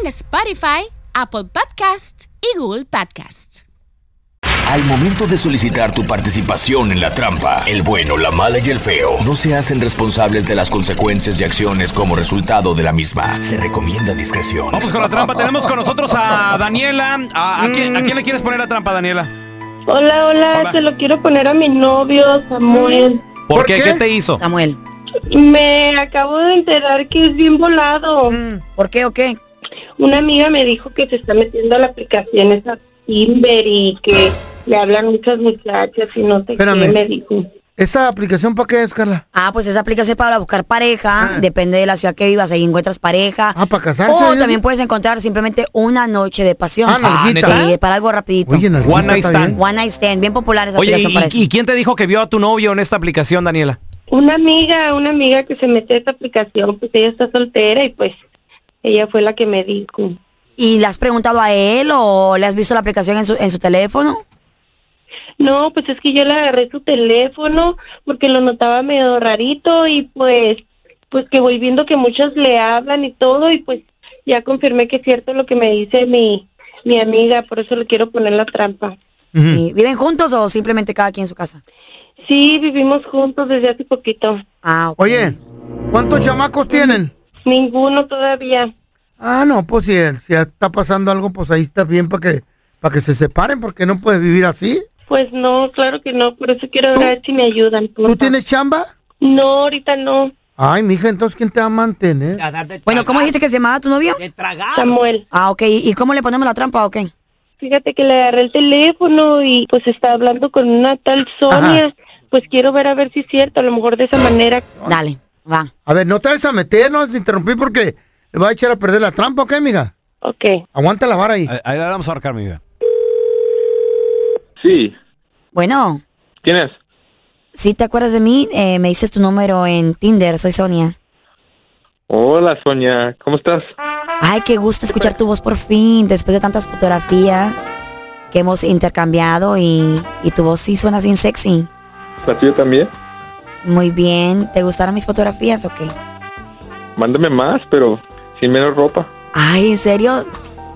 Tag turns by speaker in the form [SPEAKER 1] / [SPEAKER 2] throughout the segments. [SPEAKER 1] en Spotify, Apple Podcast y Google Podcast.
[SPEAKER 2] Al momento de solicitar tu participación en la trampa, el bueno, la mala y el feo no se hacen responsables de las consecuencias y acciones como resultado de la misma. Se recomienda discreción.
[SPEAKER 3] Vamos con la trampa. Tenemos con nosotros a Daniela. ¿A, a quién, a quién le quieres poner la trampa, Daniela?
[SPEAKER 4] Hola, hola,
[SPEAKER 3] Hola.
[SPEAKER 4] te lo quiero poner a mi novio, Samuel.
[SPEAKER 3] ¿Por, qué? qué? te hizo?
[SPEAKER 5] Samuel.
[SPEAKER 4] Me acabo de enterar que es bien volado.
[SPEAKER 5] ¿Por qué o qué?
[SPEAKER 4] Una amiga me dijo que se está metiendo a la aplicación esa Timber y que le hablan muchas muchachas y no sé
[SPEAKER 6] Espérame.
[SPEAKER 4] qué me dijo.
[SPEAKER 6] ¿Esa aplicación para qué es, Carla?
[SPEAKER 5] Ah, pues esa aplicación es para buscar pareja, depende de la ciudad que vivas, ahí encuentras pareja.
[SPEAKER 6] Ah, ¿para casarse?
[SPEAKER 5] O también puedes encontrar simplemente una noche de pasión.
[SPEAKER 6] Ah, nalguita.
[SPEAKER 3] Ah,
[SPEAKER 5] Sí, para algo rapidito.
[SPEAKER 6] Oye, nalguita
[SPEAKER 3] One night
[SPEAKER 6] está bien.
[SPEAKER 3] stand.
[SPEAKER 5] One Night Stand, bien popular esa
[SPEAKER 3] Oye,
[SPEAKER 5] aplicación
[SPEAKER 3] ¿y,
[SPEAKER 5] para eso.
[SPEAKER 3] y quién te dijo que vio a tu novio en esta aplicación, Daniela?
[SPEAKER 4] Una amiga, una amiga que se mete a esa aplicación, pues ella está soltera y pues ella fue la que me dijo.
[SPEAKER 5] ¿Y le has preguntado a él o le has visto la aplicación en su, en su teléfono?
[SPEAKER 4] No, pues es que yo le agarré su teléfono porque lo notaba medio rarito y pues, pues que voy viendo que muchos le hablan y todo y pues ya confirmé que es cierto lo que me dice mi, mi amiga, por eso le quiero poner la trampa.
[SPEAKER 5] ¿Y ¿Viven juntos o simplemente cada quien en su casa?
[SPEAKER 4] Sí, vivimos juntos desde hace poquito.
[SPEAKER 5] Ah, ok.
[SPEAKER 6] Oye, ¿cuántos chamacos tienen?
[SPEAKER 4] Ninguno todavía.
[SPEAKER 6] Ah, no, pues si, si está pasando algo, pues ahí está bien para que, para que se separen, porque no puedes vivir así.
[SPEAKER 4] Pues no, claro que no, por eso quiero
[SPEAKER 6] ¿Tú?
[SPEAKER 4] ver si me ayudan.
[SPEAKER 6] ¿Tú
[SPEAKER 4] porfa.
[SPEAKER 6] tienes chamba?
[SPEAKER 4] No, ahorita no,
[SPEAKER 6] Ay, mija, entonces ¿quién te va a mantener?
[SPEAKER 5] Bueno, ¿cómo dijiste que se llamaba tu novio?
[SPEAKER 4] Samuel.
[SPEAKER 5] Ah, ok. ¿Y y cómo le ponemos la trampa o qué?
[SPEAKER 4] Fíjate que le agarré el teléfono y pues está hablando con una tal Sonia.
[SPEAKER 6] Ajá.
[SPEAKER 4] Pues quiero ver a ver si es cierto, a lo mejor de esa manera.
[SPEAKER 5] Dale, va.
[SPEAKER 6] A ver, no te vayas a meter, no vas a interrumpir porque le va a echar a perder la trampa, ¿ok, mija?
[SPEAKER 4] Ok.
[SPEAKER 6] Aguanta la vara ahí.
[SPEAKER 3] Ahí ahí la vamos a ahorcar, mi vida.
[SPEAKER 7] Sí,
[SPEAKER 5] Bueno,
[SPEAKER 7] ¿quién es?
[SPEAKER 5] si te acuerdas de mí, eh, me dices tu número en Tinder, soy Sonia.
[SPEAKER 7] Hola, Sonia, ¿cómo estás?
[SPEAKER 5] Ay, qué gusto escuchar tu voz por fin, después de tantas fotografías que hemos intercambiado y, y tu voz sí suena bien sexy.
[SPEAKER 7] ¿La tuya también?
[SPEAKER 5] Muy bien, ¿te gustaron mis fotografías o qué?
[SPEAKER 7] Mándame más, pero sin menos ropa.
[SPEAKER 5] Ay, ¿en serio?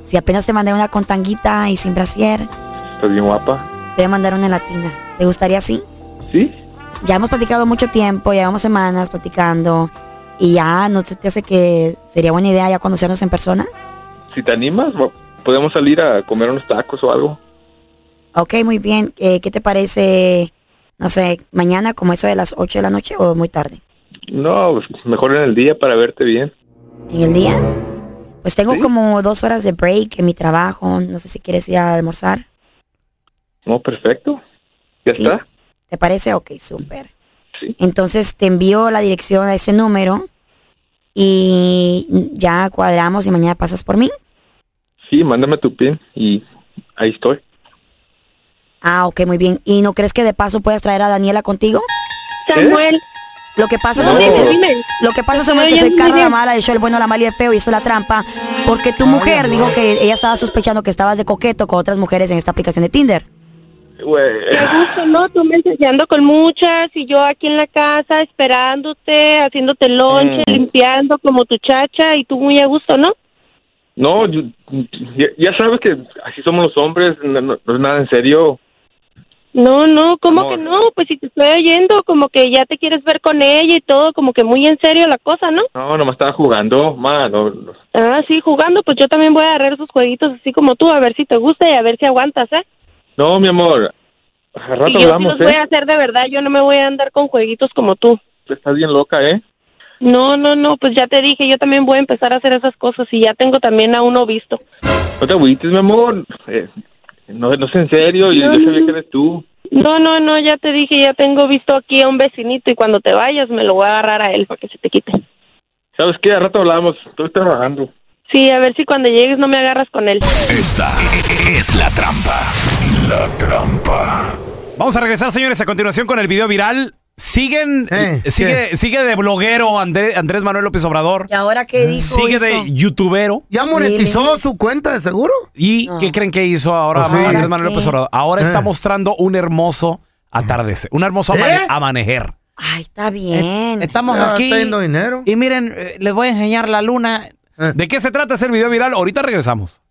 [SPEAKER 5] Si apenas te mandé una con tanguita y sin brasier,
[SPEAKER 7] Estás bien guapa.
[SPEAKER 5] te voy a mandar una en latina. ¿Te gustaría así?
[SPEAKER 7] ¿Sí?
[SPEAKER 5] Ya hemos platicado mucho tiempo, llevamos semanas platicando y ya no se te hace que sería buena idea ya conocernos en persona.
[SPEAKER 7] Si te animas, bo- podemos salir a comer unos tacos o algo.
[SPEAKER 5] Ok, muy bien. Eh, ¿Qué te parece, no sé, mañana como eso de las 8 de la noche o muy tarde?
[SPEAKER 7] No, pues, mejor en el día para verte bien.
[SPEAKER 5] ¿En el día? Pues tengo
[SPEAKER 7] Sí.
[SPEAKER 5] como dos horas de break en mi trabajo. No sé si quieres ir a almorzar.
[SPEAKER 7] No, perfecto. ¿Ya
[SPEAKER 5] Sí.
[SPEAKER 7] está?
[SPEAKER 5] ¿Te parece? Ok, súper.
[SPEAKER 7] Sí.
[SPEAKER 5] Entonces te envío la dirección a ese número y ya cuadramos y mañana pasas por mí.
[SPEAKER 7] Sí, mándame tu pin y ahí estoy.
[SPEAKER 5] Ah, ok, muy bien. ¿Y no crees que de paso puedas traer a Daniela contigo?
[SPEAKER 4] Samuel,
[SPEAKER 5] Lo que pasa
[SPEAKER 7] No,
[SPEAKER 5] es
[SPEAKER 7] no,
[SPEAKER 5] que...
[SPEAKER 4] dime.
[SPEAKER 5] Lo que pasa es
[SPEAKER 4] Estoy
[SPEAKER 5] que soy
[SPEAKER 4] oyendo
[SPEAKER 5] Carla
[SPEAKER 4] bien.
[SPEAKER 5] la mala, de yo el bueno, la mala y el feo, y esa es la trampa. Porque
[SPEAKER 3] Ah,
[SPEAKER 5] tu mujer dijo que ella estaba sospechando que estabas de coqueto con otras mujeres en esta aplicación de Tinder.
[SPEAKER 7] Güey,
[SPEAKER 4] Qué gusto, ¿no? Tú me enseñando con muchas y yo aquí en la casa esperándote, haciéndote lonche,
[SPEAKER 7] Mm.
[SPEAKER 4] limpiando como tu chacha y tú muy a gusto, ¿no?
[SPEAKER 7] No, yo- ya, ya sabes que así somos los hombres, no, no- no es nada en serio.
[SPEAKER 4] No, no, ¿cómo
[SPEAKER 7] Amor.
[SPEAKER 4] que no? Pues si te estoy oyendo, como que ya te quieres ver con ella y todo, como que muy en serio la cosa, ¿no?
[SPEAKER 7] No, nomás estaba jugando, ma, no, no.
[SPEAKER 4] Ah, sí, jugando, pues yo también voy a agarrar esos jueguitos así como tú, a ver si te gusta y a ver si aguantas, ¿eh?
[SPEAKER 7] No, mi amor, a rato
[SPEAKER 4] Y yo sí los
[SPEAKER 7] hablamos,
[SPEAKER 4] voy a
[SPEAKER 7] ¿eh?
[SPEAKER 4] hacer de verdad, yo no me voy a andar con jueguitos como tú.
[SPEAKER 7] Tú Estás bien loca, ¿eh?
[SPEAKER 4] No, no, no, pues ya te dije, yo también voy a empezar a hacer esas cosas y ya tengo también a uno visto.
[SPEAKER 7] No te agüites, mi amor. Eh, no, no es en serio, yo, yo sabía que eres tú.
[SPEAKER 4] No, no, no, ya te dije, ya tengo visto aquí a un vecinito y cuando te vayas me lo voy a agarrar a él para que se te quite.
[SPEAKER 7] ¿Sabes qué? A rato hablamos, estoy trabajando.
[SPEAKER 4] Sí, a ver si cuando llegues no me agarras con él.
[SPEAKER 2] Esta es la trampa. La trampa.
[SPEAKER 3] Vamos a regresar, señores, a continuación con el video viral. Siguen,
[SPEAKER 6] Eh,
[SPEAKER 3] sigue, sigue de bloguero André- Andrés Manuel López Obrador.
[SPEAKER 5] ¿Y ahora qué dijo?
[SPEAKER 3] Sigue
[SPEAKER 5] hizo?
[SPEAKER 3] de youtubero.
[SPEAKER 6] ¿Ya monetizó su cuenta de seguro?
[SPEAKER 3] ¿Y
[SPEAKER 5] No.
[SPEAKER 3] qué creen que hizo ahora
[SPEAKER 6] Pues sí.
[SPEAKER 3] Andrés
[SPEAKER 5] ¿Ahora
[SPEAKER 3] Manuel
[SPEAKER 5] Ah. qué?
[SPEAKER 3] López Obrador? Ahora
[SPEAKER 6] Eh.
[SPEAKER 3] está mostrando un hermoso atardecer, un hermoso amane-
[SPEAKER 6] ¿Eh?
[SPEAKER 3] amanecer.
[SPEAKER 5] Ay, está
[SPEAKER 3] Eh,
[SPEAKER 5] bien.
[SPEAKER 8] Estamos
[SPEAKER 6] Ya
[SPEAKER 8] aquí.
[SPEAKER 6] está yendo dinero.
[SPEAKER 8] Y miren, eh, les voy a enseñar la luna.
[SPEAKER 6] Eh.
[SPEAKER 3] ¿De qué se trata ese video viral? Ahorita regresamos.